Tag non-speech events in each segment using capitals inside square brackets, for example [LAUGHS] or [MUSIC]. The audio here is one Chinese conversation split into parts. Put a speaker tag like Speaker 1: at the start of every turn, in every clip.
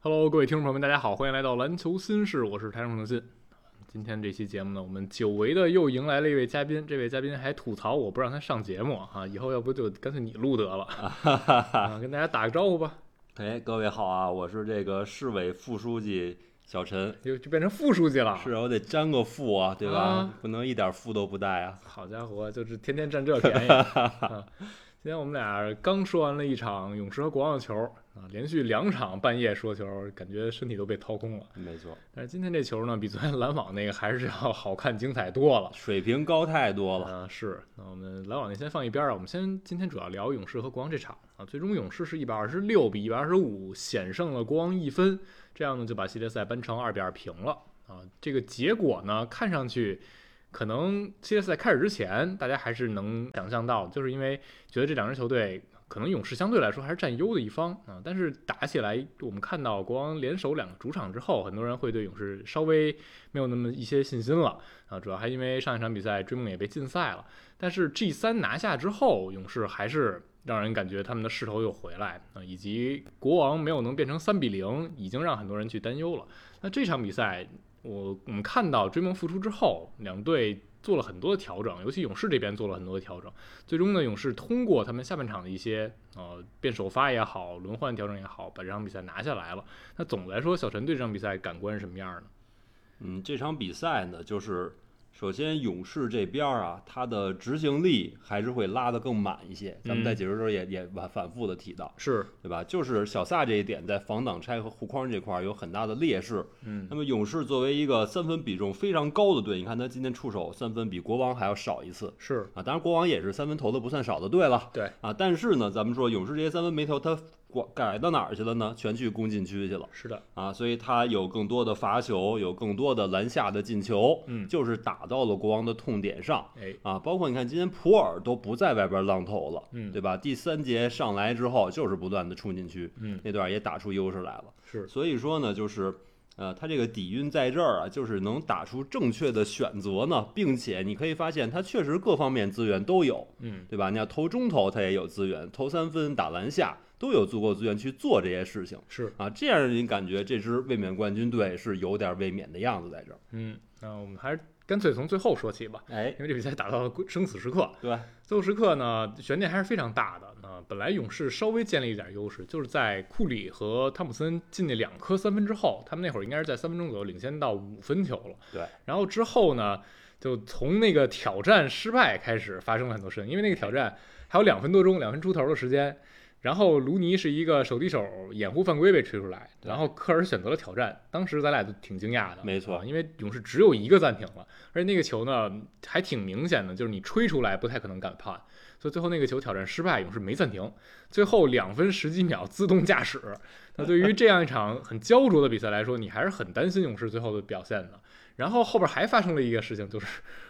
Speaker 1: Hello，各位听众朋友们，大家好，欢迎来到篮球新事，我是台上诚信。今天这期节目呢，我们久违的又迎来了一位嘉宾，这位嘉宾还吐槽我不让他上节目啊，以后要不就干脆你录得了啊，跟大家打个招呼吧，
Speaker 2: 哎，各位好啊，我是这个市委副书记小陈。
Speaker 1: 就就变成副书记了。
Speaker 2: 是啊，我得沾个副啊，对吧？
Speaker 1: 啊
Speaker 2: 不能一点副都不带啊。
Speaker 1: 好家伙，就是天天占这便宜啊！今天我们俩刚说完了一场勇士和国王的球啊，连续两场半夜说球，感觉身体都被掏空了。
Speaker 2: 没错，
Speaker 1: 但是今天这球呢，比昨天篮网那个还是要好看精彩多了。
Speaker 2: 水平高太多了。
Speaker 1: 啊，是。那我们篮网那先放一边儿啊，我们先今天主要聊勇士和国王这场啊。最终勇士是一百二十六比一百二十五险胜了国王一分，这样呢就把系列赛扳成二比二平了啊。这个结果呢，看上去可能系列赛开始之前，大家还是能想象到，就是因为觉得这两支球队。可能勇士相对来说还是占优的一方啊，但是打起来，我们看到国王联手两个主场之后，很多人会对勇士稍微没有那么一些信心了。啊，主要还因为上一场比赛追梦也被禁赛了。但是 G 三拿下之后，勇士还是让人感觉他们的势头又回来啊，以及国王没有能变成三比零，已经让很多人去担忧了。那这场比赛，我我们看到追梦复出之后，两队。做了很多的调整，尤其勇士这边做了很多的调整。最终呢，勇士通过他们下半场的一些呃变首发也好，轮换调整也好，把这场比赛拿下来了。那总的来说，小陈对这场比赛感官是什么样呢？
Speaker 2: 嗯，这场比赛呢，就是首先勇士这边儿啊，他的执行力还是会拉得更满一些。咱们在解说时候也、也反反复的提到，
Speaker 1: 是，
Speaker 2: 对吧？就是小萨这一点在防挡拆和护框这块儿有很大的劣势。
Speaker 1: 嗯
Speaker 2: 那么勇士作为一个三分比重非常高的队，你看他今天出手三分比国王还要少一次。
Speaker 1: 是，
Speaker 2: 啊，当然国王也是三分投的不算少的队了。
Speaker 1: 对
Speaker 2: 啊，但是呢，咱们说勇士这些三分没投，他管改到哪儿去了呢？全去攻禁区去了
Speaker 1: 是的，
Speaker 2: 啊，所以他有更多的罚球，有更多的篮下的进球，
Speaker 1: 嗯
Speaker 2: 就是打到了国王的痛点上
Speaker 1: 哎，
Speaker 2: 啊。包括你看，今天普尔都不在外边浪投了，
Speaker 1: 嗯
Speaker 2: 对吧？第三节上来之后，就是不断的冲进去，
Speaker 1: 嗯，
Speaker 2: 那段也打出优势来了。
Speaker 1: 是，
Speaker 2: 所以说呢，就是呃，他这个底蕴在这儿啊，就是能打出正确的选择呢，并且你可以发现他确实各方面资源都有，
Speaker 1: 嗯，
Speaker 2: 对吧？你要投中投，他也有资源；投三分、打篮下都有足够资源去做这些事情
Speaker 1: 是。
Speaker 2: 啊。这样你感觉这支卫冕冠军队是有点卫冕的样子在这儿。
Speaker 1: 嗯，那我们还是干脆从最后说起吧，
Speaker 2: 哎，
Speaker 1: 因为这比赛打到了生死时刻。
Speaker 2: 对，
Speaker 1: 最后时刻呢，悬念还是非常大的。那本来勇士稍微建立一点优势，就是在库里和汤普森进那两颗三分之后，他们那会儿应该是在三分钟左右领先到五分球了。
Speaker 2: 对，
Speaker 1: 然后之后呢，就从那个挑战失败开始发生了很多事情，因为那个挑战还有两分多钟、两分出头的时间。然后卢尼是一个手递手掩护犯规被吹出来，
Speaker 2: 对
Speaker 1: 然后科尔选择了挑战，当时咱俩都挺惊讶的，
Speaker 2: 没错
Speaker 1: 啊因为勇士只有一个暂停了，而且那个球呢还挺明显的，就是你吹出来不太可能敢判，所以最后那个球挑战失败，勇士没暂停，最后两分十几秒自动驾驶。那对于这样一场很焦灼的比赛来说，你还是很担心勇士最后的表现的。然后后边还发生了一个事情，就是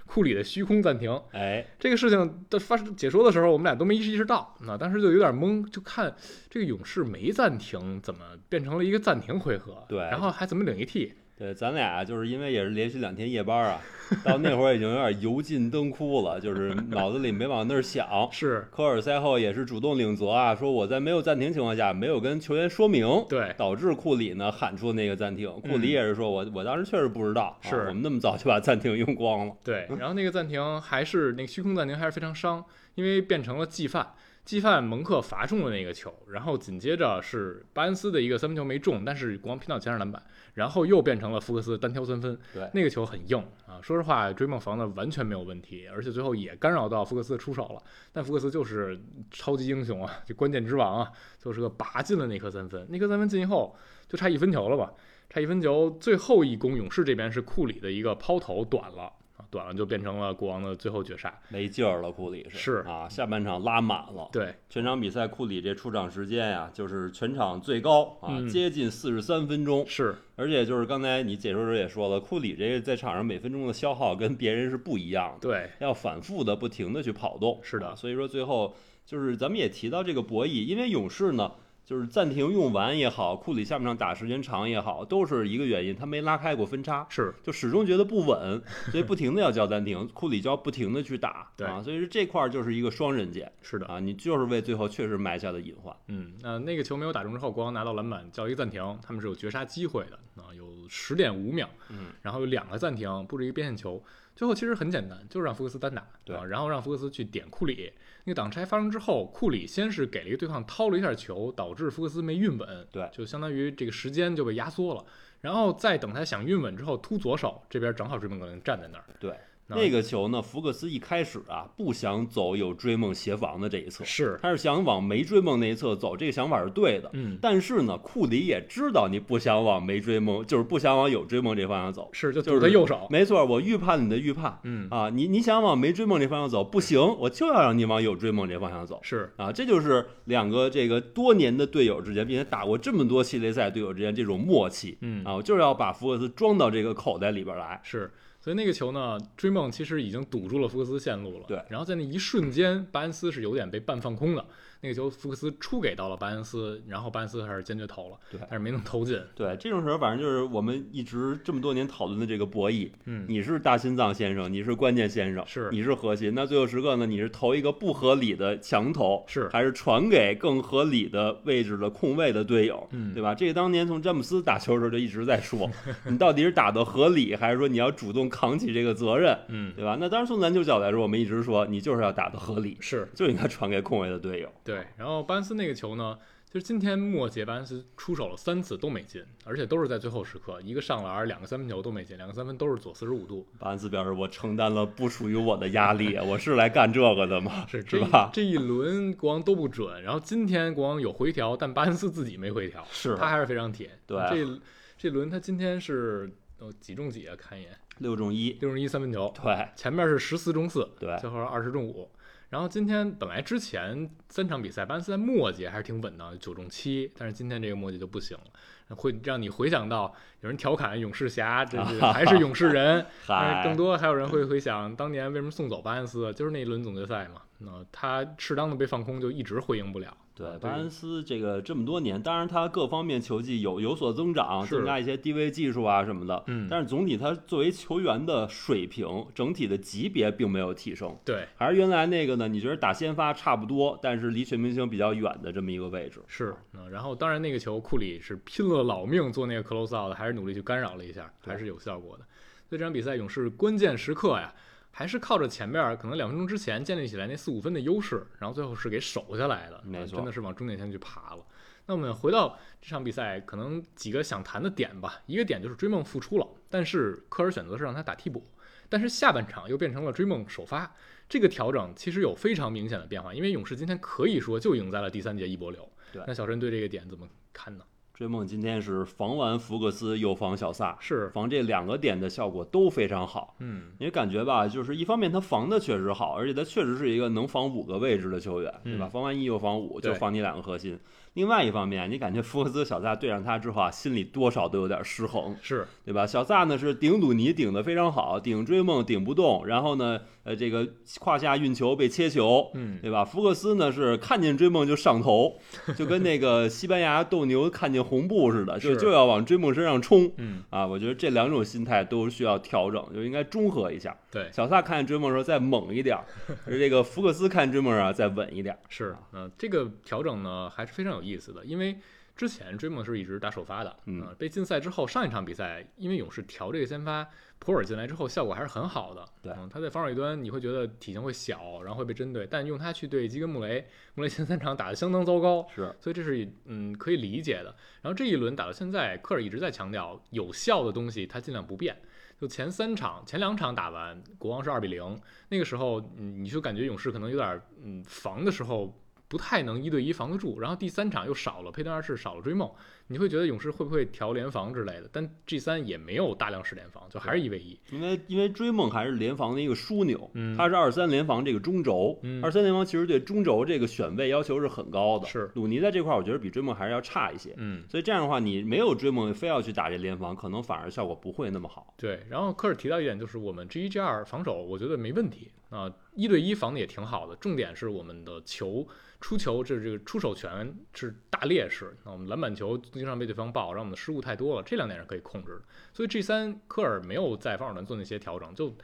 Speaker 1: 库里的虚空暂停，
Speaker 2: 哎，
Speaker 1: 这个事情的发生解说的时候，我们俩都没意识意识到，那当时就有点懵，就看这个勇士没暂停，怎么变成了一个暂停回合？
Speaker 2: 对
Speaker 1: 然后还怎么领一 T？
Speaker 2: 对，咱俩就是因为也是连续两天夜班啊，到那会儿已经有点油尽灯枯了，就是脑子里没往那儿想。
Speaker 1: 是
Speaker 2: 科尔赛后也是主动领责啊，说我在没有暂停情况下没有跟球员说明，
Speaker 1: 对，
Speaker 2: 导致库里呢喊出那个暂停。库
Speaker 1: 嗯
Speaker 2: 里也是说我我当时确实不知道，
Speaker 1: 是
Speaker 2: 啊、我们那么早就把暂停用光了。
Speaker 1: 对，然后那个暂停还是那个虚空暂停还是非常伤，因为变成了季犯。季犯蒙克罚中了那个球，然后紧接着是巴恩斯的一个三分球没中，但是国王拼到前场篮板，然后又变成了福克斯单挑三分，
Speaker 2: 对
Speaker 1: 那个球很硬啊。说实话，追梦防的完全没有问题，而且最后也干扰到福克斯的出手了。但福克斯就是超级英雄啊，就关键之王啊，就是个拔进了那颗三分，那颗三分进以后就差一分球了吧？差一分球，最后一攻勇士这边是库里的一个抛投短了啊，短了就变成了国王的最后绝杀。
Speaker 2: 没劲儿了，库里
Speaker 1: 是
Speaker 2: 啊，下半场拉满了，
Speaker 1: 对，
Speaker 2: 全场比赛库里这出场时间呀、就是全场最高啊，
Speaker 1: 嗯
Speaker 2: 接近四十三分钟，
Speaker 1: 是
Speaker 2: 而且就是刚才你解说时候也说了，库里这个在场上每分钟的消耗跟别人是不一样的，
Speaker 1: 对，
Speaker 2: 要反复的、不停的去跑动。
Speaker 1: 是的
Speaker 2: 啊所以说最后就是咱们也提到这个博弈，因为勇士呢。就是暂停用完也好，库里下半场打时间长也好，都是一个原因，他没拉开过分差，
Speaker 1: 是
Speaker 2: 就始终觉得不
Speaker 1: [LAUGHS]
Speaker 2: 稳，所以不停的要叫暂停， [LAUGHS] 库里就要不停的去打，
Speaker 1: 对
Speaker 2: 啊，所以说这块儿就是一个双刃剑
Speaker 1: 是的，
Speaker 2: 啊，你就是为最后确实埋下了隐患。
Speaker 1: 嗯，那那个球没有打中之后，国王拿到篮板叫一个暂停，他们是有绝杀机会的啊，有十点五秒，
Speaker 2: 嗯，
Speaker 1: 然后有两个暂停，布置一个边线球，最后其实很简单，就是让福克斯单打，
Speaker 2: 对
Speaker 1: 啊，然后让福克斯去点库里，那个挡拆发生之后，库里先是给了一个对抗掏了一下球，导致福克斯没运稳，
Speaker 2: 对
Speaker 1: 就相当于这个时间就被压缩了，然后再等他想运稳之后突左手，这边正好追梦格林站在那儿，
Speaker 2: 对，
Speaker 1: 那
Speaker 2: 那个球呢，福克斯一开始啊不想走有追梦协防的这一侧，
Speaker 1: 是，
Speaker 2: 他是想往没追梦那一侧走，这个想法是对的。
Speaker 1: 嗯，
Speaker 2: 但是呢，库里也知道你不想往没追梦，就是不想往有追梦这方向走。
Speaker 1: 是就
Speaker 2: 就是
Speaker 1: 堵他右手，
Speaker 2: 没错，我预判你的预判
Speaker 1: 嗯，
Speaker 2: 啊，你你想往没追梦这方向走，不行，我就要让你往有追梦这方向走
Speaker 1: 是，
Speaker 2: 啊！这就是两个这个多年的队友之间，并且打过这么多系列赛队友之间这种默契
Speaker 1: 嗯。
Speaker 2: 啊，我就是要把福克斯装到这个口袋里边来。
Speaker 1: 是，所以那个球呢，追梦其实已经堵住了福克斯线路了。
Speaker 2: 对
Speaker 1: 然后在那一瞬间，巴恩斯是有点被半放空的。那个球福克斯出给到了巴恩斯，然后巴恩斯还是坚决投了，
Speaker 2: 对
Speaker 1: 但是没能投进。
Speaker 2: 对，这种时候反正就是我们一直这么多年讨论的这个博弈，
Speaker 1: 嗯，
Speaker 2: 你是大心脏先生，你是关键先生，
Speaker 1: 是
Speaker 2: 你是核心。那最后时刻呢，你是投一个不合理的强投，
Speaker 1: 是
Speaker 2: 还是传给更合理的位置的空位的队友，
Speaker 1: 嗯
Speaker 2: 对吧？这个当年从詹姆斯打球的时候就一直在说，你到底是打的合理，还是说你要主动扛起这个责任，
Speaker 1: 嗯，
Speaker 2: 对吧？那当然从篮球角度来说，我们一直说你就是要打的合理，
Speaker 1: 是
Speaker 2: 就应该传给空位的队友。
Speaker 1: 对。然后巴恩斯那个球呢，就是今天末节巴恩斯出手了三次都没进，而且都是在最后时刻，一个上篮，两个三分球都没进，两个三分都是左四十五度。
Speaker 2: 巴恩斯表示，我承担了不属于我的压力，我是来干这个的吗？
Speaker 1: 是
Speaker 2: 是
Speaker 1: 这一
Speaker 2: 吧？
Speaker 1: 这一轮国王都不准，然后今天国王有回调，但巴恩斯自己没回调，
Speaker 2: 是
Speaker 1: 他还是非常铁。
Speaker 2: 对
Speaker 1: 这这轮他今天是呃几中几啊？看一眼，
Speaker 2: 六中一，
Speaker 1: 六中一三分球，
Speaker 2: 对
Speaker 1: 前面是十四中四，
Speaker 2: 对。
Speaker 1: 最后二十中五。然后今天本来之前三场比赛，巴恩斯在末节还是挺稳的，九中七，但是今天这个末节就不行了，会让你回想到有人调侃勇士侠，这
Speaker 2: [LAUGHS]
Speaker 1: 是还是勇士人，但
Speaker 2: 嗨，
Speaker 1: 是哎更多还有人会回想当年为什么送走巴恩斯，就是那一轮总决赛嘛。那他适当的被放空，就一直回应不了。
Speaker 2: 对
Speaker 1: 啊
Speaker 2: 巴恩斯这个这么多年，当然他各方面球技有有所增长，
Speaker 1: 是
Speaker 2: 增加一些低位技术啊什么的，
Speaker 1: 嗯
Speaker 2: 但是总体他作为球员的水平，整体的级别并没有提升，
Speaker 1: 对，
Speaker 2: 还是原来那个呢？你觉得打先发差不多，但是离全明星比较远的这么一个位置，
Speaker 1: 是，嗯，然后当然那个球库里是拼了老命做那个 close out 的，还是努力去干扰了一下，
Speaker 2: 对
Speaker 1: 还是有效果的。所以这场比赛勇士关键时刻呀，还是靠着前边儿可能两分钟之前建立起来那四五分的优势，然后最后是给守下来的，
Speaker 2: 没
Speaker 1: 啊
Speaker 2: 错
Speaker 1: 真的是往终点线去爬了。那我们回到这场比赛，可能几个想谈的点吧，一个点就是追梦复出了，但是科尔选择是让他打替补，但是下半场又变成了追梦首发，这个调整其实有非常明显的变化，因为勇士今天可以说就赢在了第三节一波流。
Speaker 2: 对
Speaker 1: 那小申对这个点怎么看呢？
Speaker 2: 追梦今天是防完福克斯又防小萨，
Speaker 1: 是，
Speaker 2: 防这两个点的效果都非常好。
Speaker 1: 嗯，
Speaker 2: 因为感觉吧，就是一方面他防的确实好，而且他确实是一个能防五个位置的球员，对吧？
Speaker 1: 嗯
Speaker 2: 防完一又防五，就
Speaker 1: 对
Speaker 2: 防你两个核心。另外一方面，你感觉福克斯、小萨对上他之后啊，心里多少都有点失衡，
Speaker 1: 是，
Speaker 2: 对吧？小萨呢是顶鲁尼顶得非常好，顶追梦顶不动，然后呢，呃，这个胯下运球被切球。
Speaker 1: 嗯，
Speaker 2: 对吧？福克斯呢是看见追梦就上头，就跟那个西班牙斗牛看见红布似的，就是就要往追梦身上冲。
Speaker 1: 嗯，
Speaker 2: 啊，我觉得这两种心态都需要调整，就应该中和一下。
Speaker 1: 对，
Speaker 2: 小萨看见追梦的时候再猛一点
Speaker 1: [LAUGHS]
Speaker 2: 儿，而这个福克斯看追梦啊再稳一点儿。
Speaker 1: 是，嗯、这个调整呢还是非常有意思的，因为之前追梦是一直打首发的，
Speaker 2: 嗯
Speaker 1: 呃被禁赛之后，上一场比赛因为勇士调这个先发，普尔进来之后效果还是很好的，
Speaker 2: 对
Speaker 1: 嗯，他在防守一端你会觉得体型会小，然后会被针对，但用他去对基根穆雷，穆雷前三场打得相当糟糕，
Speaker 2: 是
Speaker 1: 所以这是嗯可以理解的。然后这一轮打到现在，科尔一直在强调有效的东西他尽量不变。就前三场、前两场打完，国王是二比零，那个时候嗯你就感觉勇士可能有点嗯防的时候不太能一对一防得住，然后第三场又少了佩顿二世，少了追梦，你会觉得勇士会不会调联防之类的？但 G 三也没有大量式联防，就还是一 v 一。
Speaker 2: 因为因为追梦还是联防的一个枢纽，
Speaker 1: 嗯
Speaker 2: 它是二三联防这个中轴，
Speaker 1: 嗯
Speaker 2: 二三联防其实对中轴这个选位要求是很高的。
Speaker 1: 是
Speaker 2: 鲁尼在这块儿，我觉得比追梦还是要差一些。
Speaker 1: 嗯，
Speaker 2: 所以这样的话，你没有追梦，非要去打这联防，可能反而效果不会那么好。
Speaker 1: 对。然后科尔提到一点，就是我们 G 一 G 二防守，我觉得没问题啊，一对一防的也挺好的。重点是我们的球出球，这这个出手权是大劣势。那我们篮板球经常被对方爆，让我们的失误太多了，这两点是可以控制的。所以 G 三科尔没有在防守端做那些调整，就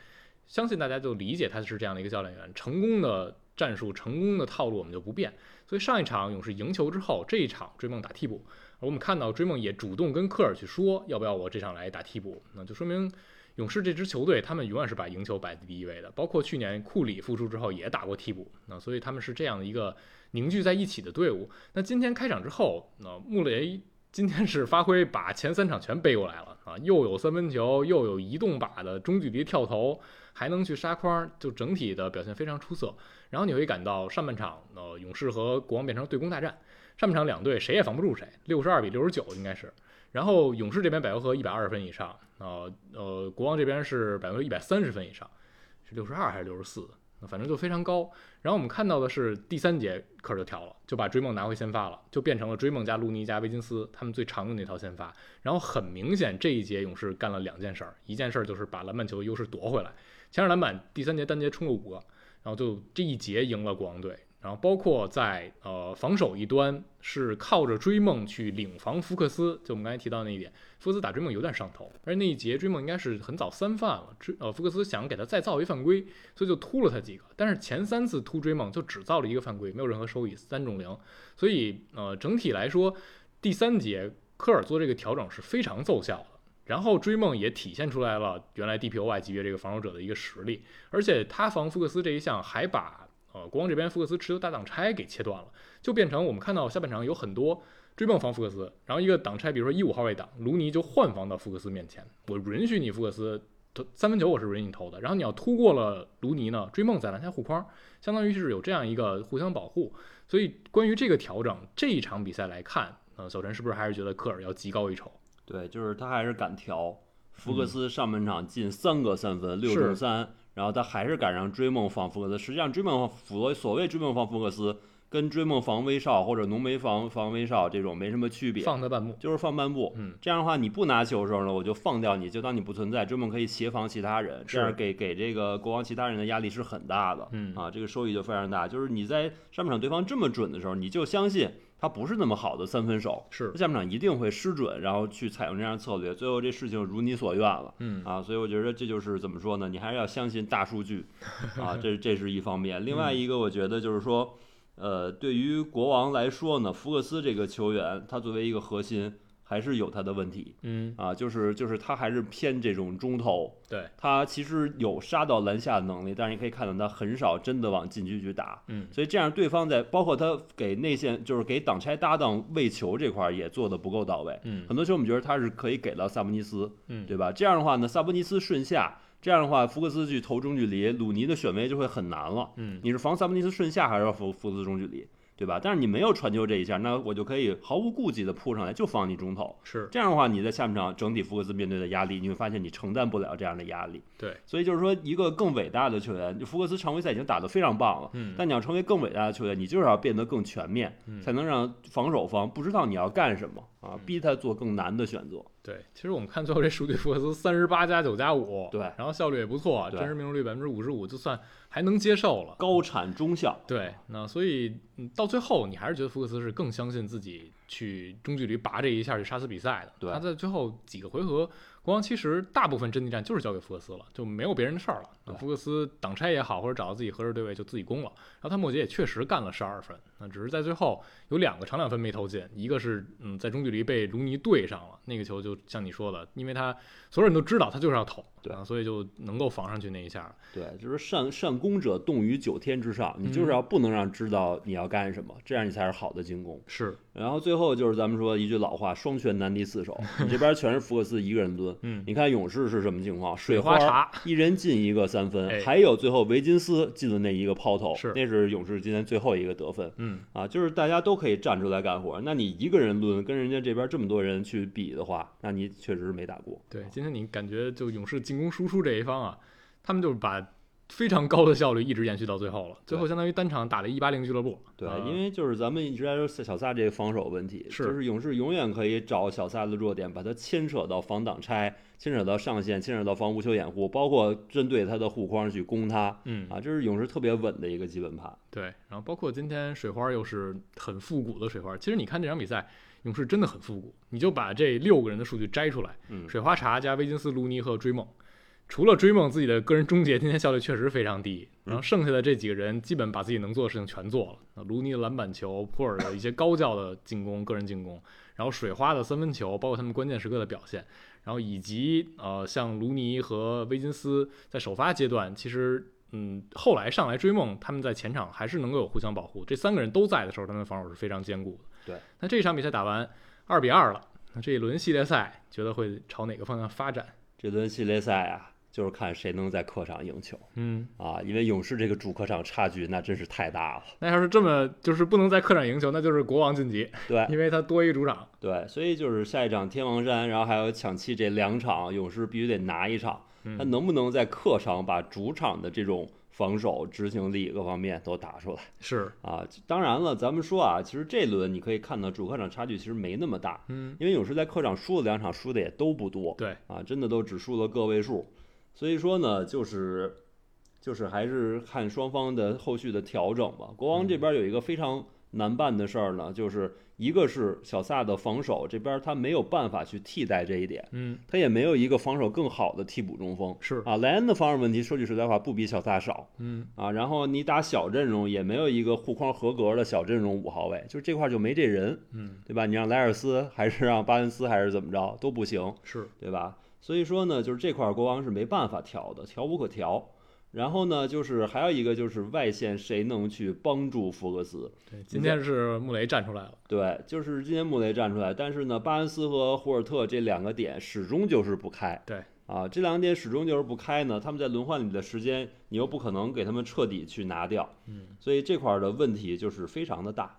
Speaker 1: 相信大家就理解他是这样的一个教练员，成功的战术、成功的套路我们就不变。所以上一场勇士赢球之后，这一场追梦打替补，而我们看到追梦也主动跟科尔去说要不要我这场来打替补，那就说明勇士这支球队他们永远是把赢球摆在第一位的，包括去年库里复出之后也打过替补，那所以他们是这样的一个凝聚在一起的队伍。那今天开场之后，那穆雷今天是发挥把前三场全背过来了啊，又有三分球，又有移动靶的中距离跳投，还能去杀框，就整体的表现非常出色。然后你会感到上半场，呃，勇士和国王变成对攻大战，上半场两队谁也防不住谁，六十二比六十九应该是。然后勇士这边百回合一百二十分以上，呃呃，国王这边是百回合一百三十分以上，是六十二还是六十四？反正就非常高。然后我们看到的是第三节科尔就调了，就把追梦拿回先发了，就变成了追梦加路尼加维金斯他们最常用那套先发。然后很明显这一节勇士干了两件事儿，一件事儿就是把篮板球优势夺回来，前场篮板第三节单节冲了五个，然后就这一节赢了国王队。然后包括在呃防守一端是靠着追梦去领防福克斯，就我们刚才提到那一点，福克斯打追梦有点上头，而那一节追梦应该是很早三犯了，追呃福克斯想给他再造一犯规，所以就突了他几个，但是前三次突追梦就只造了一个犯规，没有任何收益，三中零，所以呃整体来说，第三节科尔做这个调整是非常奏效的。然后追梦也体现出来了原来 DPOY 级别这个防守者的一个实力，而且他防福克斯这一项还把呃国王这边福克斯持球打挡拆给切断了，就变成我们看到下半场有很多追梦防福克斯，然后一个挡拆，比如说一五号位挡，卢尼就换防到福克斯面前，我允许你福克斯投三分球，我是允许你投的，然后你要突过了卢尼呢，追梦在篮下护框，相当于是有这样一个互相保护，所以关于这个调整，这一场比赛来看，呃，小陈是不是还是觉得科尔要技高一筹？
Speaker 2: 对，就是他还是敢调。福克斯上半场进三个三分，六
Speaker 1: 嗯是
Speaker 2: 中三，然后他还是敢让追梦放福克斯。实际上，追梦放福所谓追梦放福克斯，跟追梦防威少或者浓眉防防威少这种没什么区别，
Speaker 1: 放他半目，
Speaker 2: 就是放半步。
Speaker 1: 嗯，
Speaker 2: 这样的话，你不拿球的时候呢，我就放掉你，就当你不存在。追梦可以协防其他人，
Speaker 1: 是
Speaker 2: 这样给给这个国王其他人的压力是很大的。
Speaker 1: 嗯
Speaker 2: 啊，这个收益就非常大。就是你在上半场对方这么准的时候，你就相信他不是那么好的三分手，
Speaker 1: 是，
Speaker 2: 下半场一定会失准，然后去采用这样的策略，最后这事情如你所愿了。
Speaker 1: 嗯
Speaker 2: 啊，所以我觉得这就是怎么说呢？你还是要相信大数据啊，这这是一方面。另外一个，我觉得就是说，呃，对于国王来说呢，福克斯这个球员，他作为一个核心，还是有他的问题
Speaker 1: 嗯，
Speaker 2: 啊，就是就是他还是偏这种中投，
Speaker 1: 对，
Speaker 2: 他其实有杀到篮下的能力，但是你可以看到他很少真的往禁区去打，
Speaker 1: 嗯
Speaker 2: 所以这样对方在包括他给内线就是给挡拆搭档喂球这块儿也做的不够到位，
Speaker 1: 嗯
Speaker 2: 很多球我们觉得他是可以给到萨博尼斯，
Speaker 1: 嗯，
Speaker 2: 对吧？这样的话呢，萨博尼斯顺下，这样的话福克斯去投中距离，鲁尼的选位就会很难了。
Speaker 1: 嗯
Speaker 2: 你是防萨博尼斯顺下，还是要福福克斯中距离，对吧？但是你没有传球这一下，那我就可以毫无顾忌的扑上来，就防你中投。
Speaker 1: 是，
Speaker 2: 这样的话，你在下半场整体福克斯面对的压力，你会发现你承担不了这样的压力。
Speaker 1: 对，
Speaker 2: 所以就是说，一个更伟大的球员，就福克斯常规赛已经打得非常棒了。
Speaker 1: 嗯
Speaker 2: 但你要成为更伟大的球员，你就是要变得更全面，
Speaker 1: 嗯
Speaker 2: 才能让防守方不知道你要干什么啊，逼他做更难的选择。
Speaker 1: 对。其实我们看最后这数据，福克斯三十八加九加五，
Speaker 2: 对
Speaker 1: 然后效率也不错，
Speaker 2: 对
Speaker 1: 真实命中率百分之五十五，就算还能接受了。
Speaker 2: 高产中效，
Speaker 1: 对，那所以嗯到最后，你还是觉得福克斯是更相信自己去中距离拔这一下去杀死比赛的。
Speaker 2: 对
Speaker 1: 他在最后几个回合，国王其实大部分阵地战就是交给福克斯了，就没有别人的事儿了。那
Speaker 2: 对
Speaker 1: 福克斯挡拆也好，或者找到自己合适对位就自己攻了。然后他末节也确实干了十二分，那只是在最后有两个长两分没投进，一个是嗯在中距离被卢尼对上了，那个球就像你说的，因为他所有人都知道他就是要投，
Speaker 2: 对
Speaker 1: 啊，所以就能够防上去那一下。
Speaker 2: 对，就是善善攻者动于
Speaker 1: 嗯
Speaker 2: 九天之上，你就是要不能让知道你要干什么，这样你才是好的进攻。
Speaker 1: 是，
Speaker 2: 然后最后就是咱们说一句老话，双拳难敌四手。你这边全是福克斯一个人抡，
Speaker 1: 嗯，
Speaker 2: 你看勇士是什么情况？水
Speaker 1: 花
Speaker 2: 花
Speaker 1: 茶，
Speaker 2: 一人进一个三
Speaker 1: 哎
Speaker 2: 分，还有最后维金斯进了那一个抛投
Speaker 1: 是，
Speaker 2: 那是勇士今天最后一个得分
Speaker 1: 嗯，
Speaker 2: 啊！就是大家都可以站出来干活。那你一个人抡，跟人家这边这么多人去比的话，那你确实没打过。
Speaker 1: 对，今天你感觉就勇士进攻输出这一方啊，他们就是把非常高的效率一直延续到最后了，最后相当于单场打了一八零俱乐部，
Speaker 2: 对
Speaker 1: 啊，
Speaker 2: 因为就是咱们一直在说小萨这个防守问题，
Speaker 1: 是
Speaker 2: 就是勇士永远可以找小萨的弱点，把他牵扯到防挡拆，牵扯到上线，牵扯到防无球掩护，包括针对他的护框去攻他
Speaker 1: 嗯，
Speaker 2: 啊，这是勇士特别稳的一个基本盘。
Speaker 1: 对，然后包括今天水花又是很复古的水花，其实你看这场比赛，勇士真的很复古，你就把这六个人的数据摘出来，
Speaker 2: 嗯
Speaker 1: 水花茶加威金斯、卢尼和追梦。除了追梦自己的个人终结，今天效率确实非常低。然后剩下的这几个人基本把自己能做的事情全做了。那卢尼的篮板球，普尔的一些高效的进攻、个人进攻，然后水花的三分球，包括他们关键时刻的表现，然后以及呃像卢尼和威金斯在首发阶段，其实嗯后来上来追梦，他们在前场还是能够有互相保护。这三个人都在的时候，他们的防守是非常坚固的。
Speaker 2: 对，
Speaker 1: 那这场比赛打完二比二了。那这一轮系列赛，觉得会朝哪个方向发展？
Speaker 2: 这轮系列赛啊，就是看谁能在客场赢球
Speaker 1: 嗯，
Speaker 2: 啊，因为勇士这个主客场差距那真是太大了。
Speaker 1: 那要是这么就是不能在客场赢球，那就是国王晋 [LAUGHS] 级，
Speaker 2: 对
Speaker 1: 因为他多一主场。
Speaker 2: 对，所以就是下一场天王山，然后还有抢七这两场，勇士必须得拿一场。他
Speaker 1: 嗯，
Speaker 2: 能不能在客场把主场的这种防守执行力各方面都打出来
Speaker 1: 是，
Speaker 2: 啊？当然了，咱们说啊，其实这轮你可以看到主客场差距其实没那么大，
Speaker 1: 嗯，
Speaker 2: 因为勇士在客场输了两场，输的也都不多，
Speaker 1: 对，
Speaker 2: 啊，真的都只输了个位数。所以说呢，就是就是还是看双方的后续的调整吧。国王这边有一个非常难办的事儿呢，就是一个是小萨的防守这边他没有办法去替代这一点，
Speaker 1: 嗯，
Speaker 2: 他也没有一个防守更好的替补中锋。
Speaker 1: 是，
Speaker 2: 啊，莱恩的防守问题，说句实在话，不比小萨少
Speaker 1: 嗯，
Speaker 2: 啊。然后你打小阵容，也没有一个护框合格的小阵容五号位，就这块就没这人，
Speaker 1: 嗯，
Speaker 2: 对吧？你让莱尔斯还是让巴恩斯还是怎么着都不行，
Speaker 1: 是，
Speaker 2: 对吧？所以说呢，就是这块国王是没办法调的，调无可调。然后呢，就是还有一个就是外线谁能去帮助福克斯？
Speaker 1: 对，今天是穆雷站出来了。
Speaker 2: 对，就是今天穆雷站出来，但是呢，巴恩斯和胡尔特这两个点始终就是不开。
Speaker 1: 对，
Speaker 2: 啊，这两个点始终就是不开呢，他们在轮换里的时间，你又不可能给他们彻底去拿掉，
Speaker 1: 嗯，
Speaker 2: 所以这块儿的问题就是非常的大。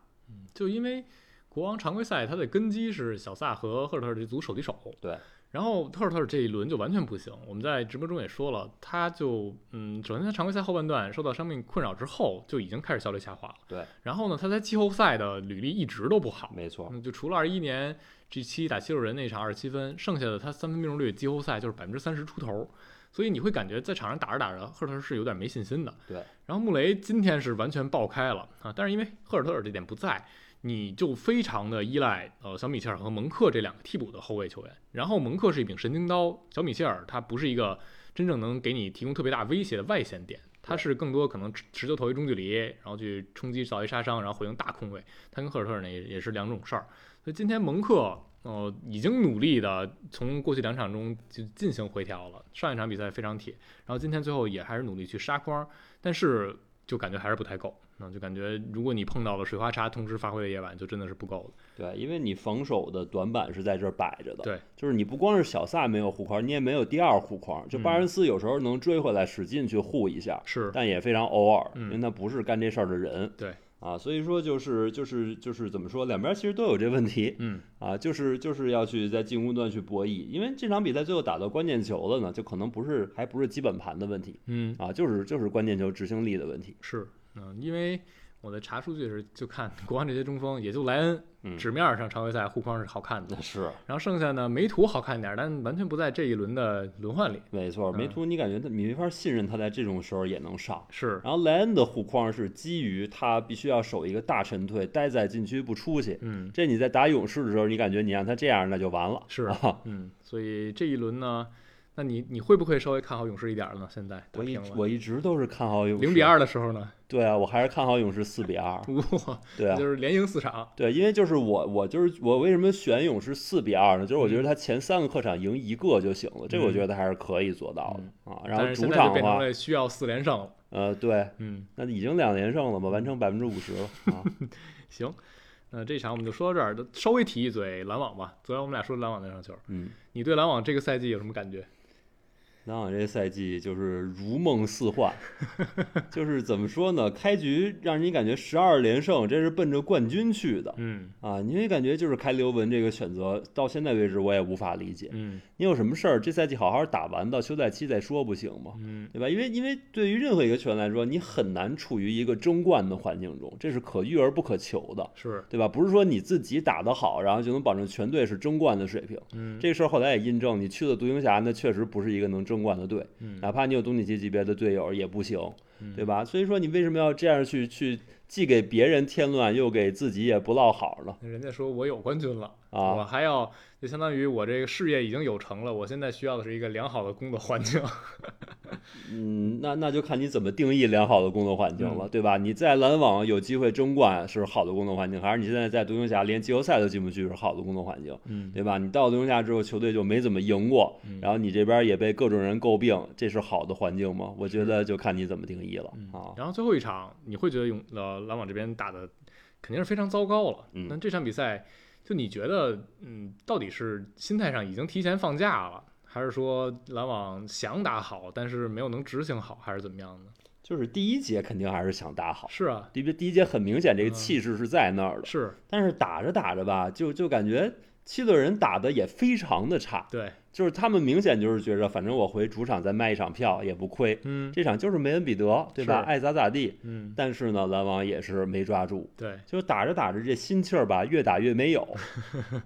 Speaker 1: 就因为国王常规赛他的根基是小萨和赫尔特尔这组手递手，
Speaker 2: 对。
Speaker 1: 然后赫尔特尔这一轮就完全不行，我们在直播中也说了，他就嗯，首先他常规赛后半段受到伤病困扰之后，就已经开始效率下滑了。
Speaker 2: 对。
Speaker 1: 然后呢，他在季后赛的履历一直都不好，
Speaker 2: 没错，
Speaker 1: 嗯，就除了二一年 G 七打七六人那场二十七分，剩下的他三分命中率季后赛就是百分之三十出头，所以你会感觉在场上打着打着，赫尔特尔是有点没信心的。
Speaker 2: 对。
Speaker 1: 然后穆雷今天是完全爆开了啊，但是因为赫尔特尔这点不在，你就非常的依赖呃小米切尔和蒙克这两个替补的后卫球员。然后蒙克是一柄神经刀，小米切尔他不是一个真正能给你提供特别大威胁的外线点。他是更多可能持持球投一中距离，然后去冲击造一杀伤，然后回应大空位。他跟赫尔特尔呢也也是两种事儿。所以今天蒙克呃已经努力的从过去两场中就进行回调了，上一场比赛非常铁，然后今天最后也还是努力去杀框，但是就感觉还是不太够，嗯，就感觉如果你碰到了水花叉同时发挥的夜晚，就真的是不够的。
Speaker 2: 对，因为你防守的短板是在这儿摆着的，
Speaker 1: 对，
Speaker 2: 就是你不光是小萨没有护框，你也没有第二护框，就巴恩斯有时候能追回来，使劲去护一下，
Speaker 1: 嗯是，
Speaker 2: 但也非常偶尔，
Speaker 1: 嗯
Speaker 2: 因为他不是干这事儿的人，
Speaker 1: 对，
Speaker 2: 啊，所以说就是就是就是怎么说，两边其实都有这问题，
Speaker 1: 嗯，
Speaker 2: 啊，就是就是要去在进攻端去博弈，因为这场比赛最后打到关键球了呢，就可能不是还不是基本盘的问题
Speaker 1: 嗯，
Speaker 2: 啊，就是就是关键球执行力的问题。
Speaker 1: 是，嗯，因为我在查数据的时候就看国王这些中锋，也就莱恩
Speaker 2: 嗯
Speaker 1: 纸面儿上常规赛护框是好看的，
Speaker 2: 那是
Speaker 1: 然后剩下呢梅图好看点儿，但完全不在这一轮的轮换里。
Speaker 2: 没错，梅
Speaker 1: 嗯
Speaker 2: 图你感觉他你没法信任他在这种时候也能上。
Speaker 1: 是，
Speaker 2: 然后莱恩的护框是基于他必须要守一个大沉退，待在禁区不出去。
Speaker 1: 嗯，
Speaker 2: 这你在打勇士的时候，你感觉你让他这样那就完了。
Speaker 1: 是
Speaker 2: 啊，
Speaker 1: 嗯，所以这一轮呢，那你你会不会稍微看好勇士一点儿了呢？现在打
Speaker 2: 我一
Speaker 1: 平了，
Speaker 2: 我一直都是看好勇士
Speaker 1: 零比。二的时候呢，
Speaker 2: 对啊，我还是看好勇士四比二。
Speaker 1: 哇，
Speaker 2: 对啊
Speaker 1: [LAUGHS] 就，是连赢四场，
Speaker 2: 对，因为就是我，我就是我为什么选勇士四比二呢？就是我觉得他前三个客场赢一个就行了，这我觉得他还是可以做到的、啊。然
Speaker 1: 嗯但
Speaker 2: 后
Speaker 1: 是
Speaker 2: 主
Speaker 1: 现在就
Speaker 2: 场的
Speaker 1: 变成
Speaker 2: 话，
Speaker 1: 了需要四连胜了。
Speaker 2: 呃，对，
Speaker 1: 嗯， [LAUGHS]
Speaker 2: 那已经两连胜了嘛，完成百分之五十了啊。
Speaker 1: 行，嗯、呃，这场我们就说到这儿，稍微提一嘴篮网吧。昨天我们俩说篮网那场球，
Speaker 2: 嗯，
Speaker 1: 你对篮网这个赛季有什么感觉？
Speaker 2: 篮网这赛季就是如梦似幻，就是怎么说呢？开局让你感觉十二连胜，这是奔着冠军去的
Speaker 1: 嗯
Speaker 2: 啊！因为感觉就是开刘雯这个选择，到现在为止我也无法理解。
Speaker 1: 嗯
Speaker 2: 你有什么事儿，这赛季好好打完，到休赛期再说不行吗？
Speaker 1: 嗯
Speaker 2: 对吧？因为因为对于任何一个球员来说，你很难处于一个争冠的环境中，这是可遇而不可求的，
Speaker 1: 是
Speaker 2: 对吧？不是说你自己打得好，然后就能保证全队是争冠的水平。
Speaker 1: 嗯
Speaker 2: 这事儿后来也印证，你去了独行侠，那确实不是一个能争冠的队，
Speaker 1: 嗯
Speaker 2: 哪怕你有东契奇级别的队友也不行，
Speaker 1: 嗯
Speaker 2: 啊对吧？所以说你为什么要这样去去既给别人添乱，又给自己也不落好呢？
Speaker 1: 人家说我有冠军了，
Speaker 2: 啊，
Speaker 1: 我还要就相当于我这个事业已经有成了，我现在需要的是一个良好的工作环境。
Speaker 2: 嗯，那那就看你怎么定义良好的工作环境
Speaker 1: 嗯
Speaker 2: 了，对吧？你在篮网有机会争冠是好的工作环境，还是你现在在独行侠连季后赛都进不去是好的工作环境，
Speaker 1: 嗯
Speaker 2: 对吧？你到独行侠之后，球队就没怎么赢过，
Speaker 1: 嗯
Speaker 2: 然后你这边也被各种人诟病，这是好的环境吗？我觉得就看你怎么定义了啊。
Speaker 1: 然后最后一场，你会觉得勇呃篮网这边打的肯定是非常糟糕了。
Speaker 2: 嗯
Speaker 1: 那这场比赛，就你觉得，嗯，到底是心态上已经提前放假了，还是说篮网想打好，但是没有能执行好，还是怎么样呢？
Speaker 2: 就是第一节肯定还是想打好，
Speaker 1: 是啊，
Speaker 2: 第一第一节很明显这个
Speaker 1: 嗯
Speaker 2: 气势是在那儿的，
Speaker 1: 是
Speaker 2: 但是打着打着吧，就就感觉七六人打的也非常的差。
Speaker 1: 对，
Speaker 2: 就是他们明显就是觉着，反正我回主场再卖一场票也不亏。
Speaker 1: 嗯
Speaker 2: 这场就是梅恩比德，对吧？
Speaker 1: 是
Speaker 2: 爱咋咋地。
Speaker 1: 嗯，
Speaker 2: 但是呢，篮网也是没抓住，
Speaker 1: 对，
Speaker 2: 就是打着打着这心气儿吧，越打越没有
Speaker 1: [LAUGHS]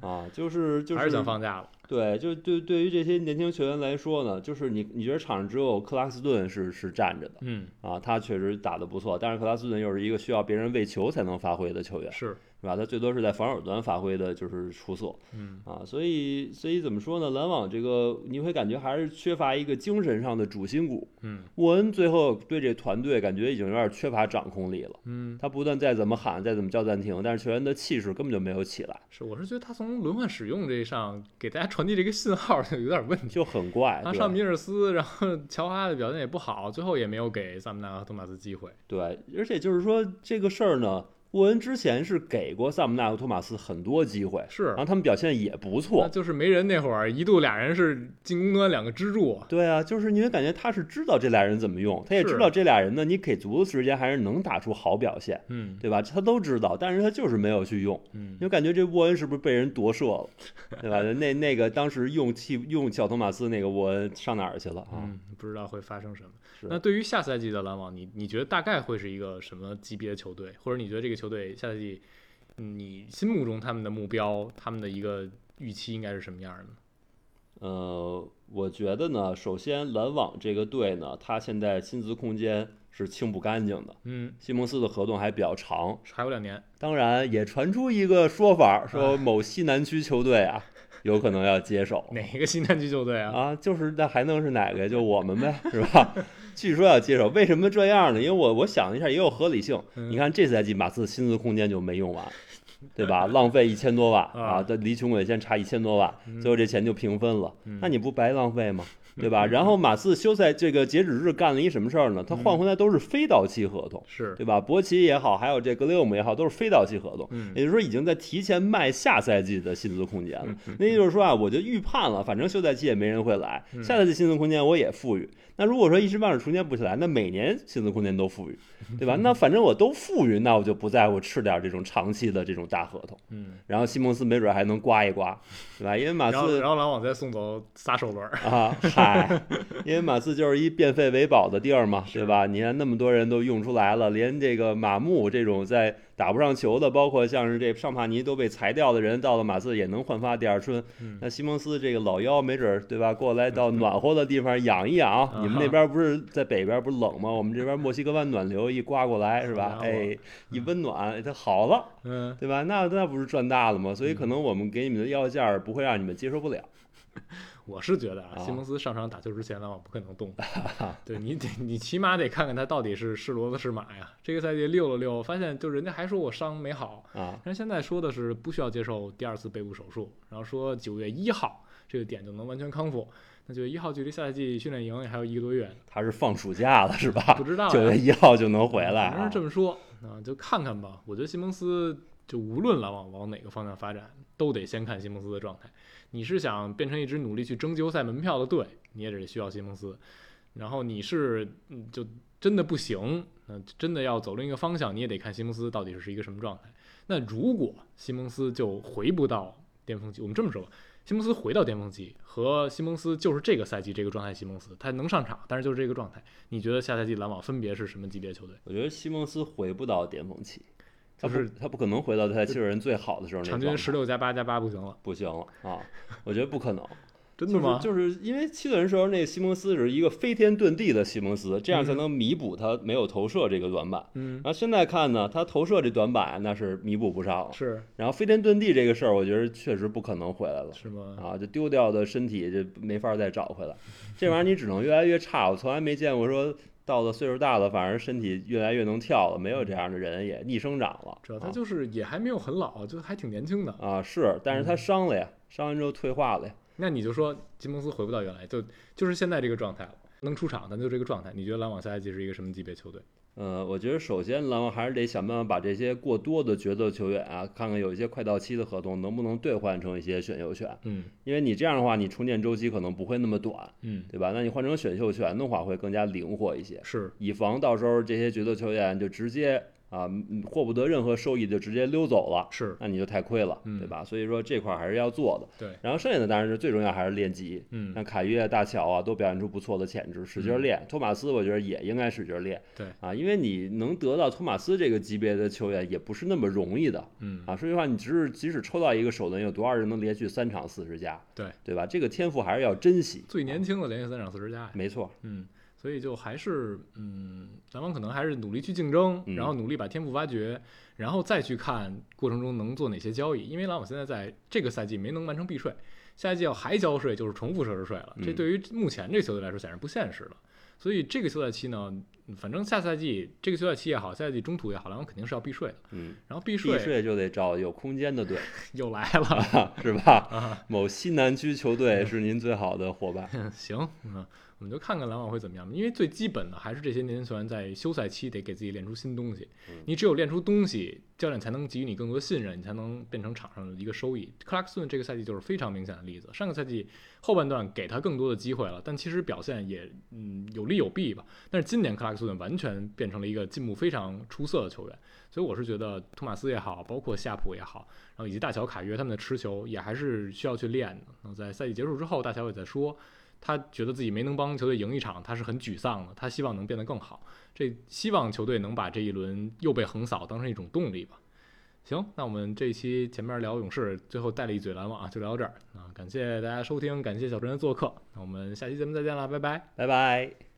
Speaker 2: 啊，就是就
Speaker 1: 还是
Speaker 2: 是
Speaker 1: 想放假了。
Speaker 2: 对，就对对于这些年轻球员来说呢，就是你你觉得场上只有克拉克斯顿是是站着的
Speaker 1: 嗯，
Speaker 2: 啊，他确实打得不错，但是克拉克斯顿又是一个需要别人喂球才能发挥的球员，
Speaker 1: 是，
Speaker 2: 是吧？他最多是在防守端发挥的就是出色，
Speaker 1: 嗯
Speaker 2: 啊，所以所以怎么说呢？篮网这个你会感觉还是缺乏一个精神上的主心骨。
Speaker 1: 嗯
Speaker 2: 沃恩最后对这团队感觉已经有点缺乏掌控力了，
Speaker 1: 嗯，
Speaker 2: 他不断再怎么喊，再怎么叫暂停，但是球员的气势根本就没有起来，
Speaker 1: 是，我是觉得他从轮换使用这一上给大家传递这个信号有点问题。
Speaker 2: 就很怪。
Speaker 1: 他
Speaker 2: 哎对
Speaker 1: 上米尔斯，然后乔哈的表现也不好，最后也没有给萨姆纳和托马斯机会。
Speaker 2: 对，而且就是说这个事儿呢，沃恩之前是给过萨姆纳和托马斯很多机会，
Speaker 1: 是
Speaker 2: 然，后他们表现也不
Speaker 1: 那
Speaker 2: 错。
Speaker 1: 就是没人那会儿，一度俩人是进攻端两个支柱啊。
Speaker 2: 对啊，就是因为感觉他是知道这俩人怎么用，他也
Speaker 1: 是
Speaker 2: 知道这俩人呢，你给足的时间还是能打出好表现。
Speaker 1: 嗯
Speaker 2: 对吧？他都知道，但是他就是没有去用，
Speaker 1: 嗯
Speaker 2: 就感觉这沃恩是不是被人夺舍了，对吧？ [LAUGHS] 那那个当时用替用小托马斯那个沃恩上哪儿去了啊？
Speaker 1: 嗯，不知道会发生什么。
Speaker 2: 是
Speaker 1: 那对于下赛季的篮网，你你觉得大概会是一个什么级别的球队，或者你觉得这个球队下赛季，嗯你心目中他们的目标，他们的一个预期应该是什么样的呢？
Speaker 2: 呃，我觉得呢，首先篮网这个队呢，他现在薪资空间是清不干净的，
Speaker 1: 嗯，
Speaker 2: 西蒙斯的合同还比较长，
Speaker 1: 还有两年，
Speaker 2: 当然也传出一个说法，说某西南区球队啊，有可能要接手。
Speaker 1: 哪个西南区球队啊？
Speaker 2: 啊，就是那还能是哪个？就我们呗，是吧？ [LAUGHS] 据说要接手，为什么这样呢？因为我我想了一下，也有合理性。
Speaker 1: 嗯
Speaker 2: 你看这赛季马刺薪资空间就没用完，对吧？浪费一千多万
Speaker 1: 啊嗯
Speaker 2: 啊，但离穷鬼线差一千多万，最后这钱就平分了，那你不白浪费吗？对
Speaker 1: 嗯
Speaker 2: 吧？然后马刺休赛这个截止日干了一什么事儿呢？他
Speaker 1: 嗯
Speaker 2: 换回来都是非到期合同，
Speaker 1: 是，
Speaker 2: 对吧？博奇也好，还有这格雷厄姆也好，都是非到期合同。
Speaker 1: 嗯
Speaker 2: 也就是说已经在提前卖下赛季的薪资空间了。
Speaker 1: 嗯
Speaker 2: 那也就是说啊，我就预判了，反正休赛期也没人会来，
Speaker 1: 嗯
Speaker 2: 下赛季薪资空间我也富裕。那如果说一时半会儿重建不起来，那每年薪资空间都
Speaker 1: [LAUGHS]
Speaker 2: 富裕，对吧？那反正我都富裕，那我就不在乎吃点这种长期的这种大合同。
Speaker 1: 嗯。
Speaker 2: 然后西蒙斯没准还能刮一刮，对吧？因为马
Speaker 1: 然后，
Speaker 2: 刺
Speaker 1: 然后篮网再送走仨首轮儿，
Speaker 2: 啊，嗨，因为马刺就是一变废为宝的地儿嘛，对吧？你看那么多人都用出来了，连这个马穆这种在打不上球的，包括像是这尚帕尼都被裁掉的人，到了马刺也能焕发第二春。
Speaker 1: 嗯
Speaker 2: 那西蒙斯这个老妖，没准儿对吧？过来到暖和的地方养一养。
Speaker 1: 嗯
Speaker 2: 你们那边不是在北边不是冷吗？我们这边墨西哥湾暖流一刮过来是吧
Speaker 1: 好？家伙
Speaker 2: 哎，一温暖，哎它好了，
Speaker 1: 嗯，
Speaker 2: 对吧？那那不是赚大了吗？所以可能我们给你们的要价儿不会让你们接受不了。
Speaker 1: 我是觉得啊，
Speaker 2: 啊
Speaker 1: 西蒙斯上场打球之前，篮网不可能动的。对你得，你起码得看看他到底是是骡子是马呀。这个赛季溜了溜，发现就人家还说我伤没好，
Speaker 2: 啊，
Speaker 1: 但是现在说的是不需要接受第二次背部手术，然后说九月一号这个点就能完全康复。那九月一号距离下赛季训练营也还有一个多月呢，
Speaker 2: 他是放暑假了是吧
Speaker 1: 不？知道呀啊
Speaker 2: 九月一号就能回来
Speaker 1: 反正
Speaker 2: 啊
Speaker 1: 是这么说啊，就看看吧。我觉得西蒙斯就无论篮网往哪个方向发展，都得先看西蒙斯的状态。你是想变成一支努力去争季后赛门票的队，你也得需要西蒙斯。然后你是嗯就真的不行，嗯，真的要走另一个方向，你也得看西蒙斯到底是一个什么状态。那如果西蒙斯就回不到巅峰期，我们这么说吧，西蒙斯回到巅峰期和西蒙斯就是这个赛季这个状态，西蒙斯他能上场，但是就是这个状态。你觉得下赛季篮网分别是什么级别球队？
Speaker 2: 我觉得西蒙斯回不到巅峰期，他
Speaker 1: 就是
Speaker 2: 不他不可能回到他七六人最好的时候那
Speaker 1: 场
Speaker 2: 状
Speaker 1: 均
Speaker 2: 态
Speaker 1: 十六加八加八不行了，
Speaker 2: 不行了啊！我觉得不可
Speaker 1: [LAUGHS]
Speaker 2: 能，
Speaker 1: 真的吗？
Speaker 2: 就是就是因为七六人时候那个西蒙斯是一个飞天遁地的西蒙斯，这样才能弥补他没有投射这个短板。
Speaker 1: 嗯，
Speaker 2: 然后现在看呢，他投射这短板那是弥补不上了。
Speaker 1: 是
Speaker 2: 然后飞天遁地这个事儿，我觉得确实不可能回来了。
Speaker 1: 是吗？
Speaker 2: 啊，就丢掉的身体就没法再找回来，这玩意儿你只能越来越差。我从来没见过说到了岁数大了，反而身体越来越能跳了，没有这样的人也逆生长了。啊
Speaker 1: 主要他就是也还没有很老，就还挺年轻的。
Speaker 2: 啊啊是，但
Speaker 1: 嗯
Speaker 2: 是他伤了呀，伤完之后退化了呀。
Speaker 1: 那你就说金蒙斯回不到原来，就就是现在这个状态了，能出场，但就这个状态。你觉得篮网下赛季是一个什么级别球队？
Speaker 2: 呃，我觉得首先篮网还是得想办法把这些过多的角斗球员啊，看看有一些快到期的合同能不能兑换成一些选秀权，
Speaker 1: 嗯
Speaker 2: 因为你这样的话，你重建周期可能不会那么短，
Speaker 1: 嗯，
Speaker 2: 对吧？那你换成选秀权的话，会更加灵活一些。
Speaker 1: 是
Speaker 2: 以防到时候这些角色球员就直接啊嗯获不得任何收益就直接溜走了，
Speaker 1: 是，
Speaker 2: 那你就太亏了，
Speaker 1: 嗯
Speaker 2: 对吧？所以说这块儿还是要做的。
Speaker 1: 对，
Speaker 2: 然后剩下的当然是最重要还是练级，
Speaker 1: 嗯
Speaker 2: 像凯越、大乔啊都表现出不错的潜质，使劲儿练。托马斯我觉得也应该使劲儿练，
Speaker 1: 对
Speaker 2: 啊，因为你能得到托马斯这个级别的球员也不是那么容易的。
Speaker 1: 嗯
Speaker 2: 啊，说句实话，你只是即使抽到一个首轮，有多少人能连续三场四十加？
Speaker 1: 对，
Speaker 2: 对吧？这个天赋还是要珍惜。
Speaker 1: 最年轻的连续三场四十加呀，
Speaker 2: 没错，
Speaker 1: 嗯，所以就还是嗯，篮网可能还是努力去竞争，
Speaker 2: 嗯
Speaker 1: 然后努力把天赋挖掘，然后再去看过程中能做哪些交易。因为篮网现在在这个赛季没能完成避税，下一季要还交税，就是重复奢侈税了。这
Speaker 2: 嗯
Speaker 1: 对于目前这个球队来说显然不现实了。所以这个休赛期呢，嗯反正下赛季这个休赛期也好，下赛季中途也好，篮网肯定是要避税的。
Speaker 2: 嗯，
Speaker 1: 然后避
Speaker 2: 避
Speaker 1: 税
Speaker 2: 税就得找有空间的队。
Speaker 1: 又来了，
Speaker 2: 是吧？某西南区球队是您最好的伙伴。
Speaker 1: 行，嗯，我们就看看篮网会怎么样吧。因为最基本的还是这些年轻球员在休赛期得给自己练出新东西，你只有练出东西，教练才能给予你更多信任，你才能变成场上的一个收益。克拉克逊这个赛季就是非常明显的例子。上个赛季后半段给他更多的机会了，但其实表现也嗯有利有弊吧。但是今年克拉克逊完全变成了一个进步非常出色的球员，所以我是觉得托马斯也好，包括夏普也好，然后以及大乔、卡约他们的持球也还是需要去练的。那在赛季结束之后，大乔也在说。他觉得自己没能帮球队赢一场，他是很沮丧的。他希望能变得更好，这希望球队能把这一轮又被横扫当成一种动力吧。行，那我们这一期前面聊勇士，最后带了一嘴篮网啊，就聊到这儿啊！感谢大家收听，感谢小陈的做客，那我们下期节目再见啦，拜拜。
Speaker 2: 拜拜。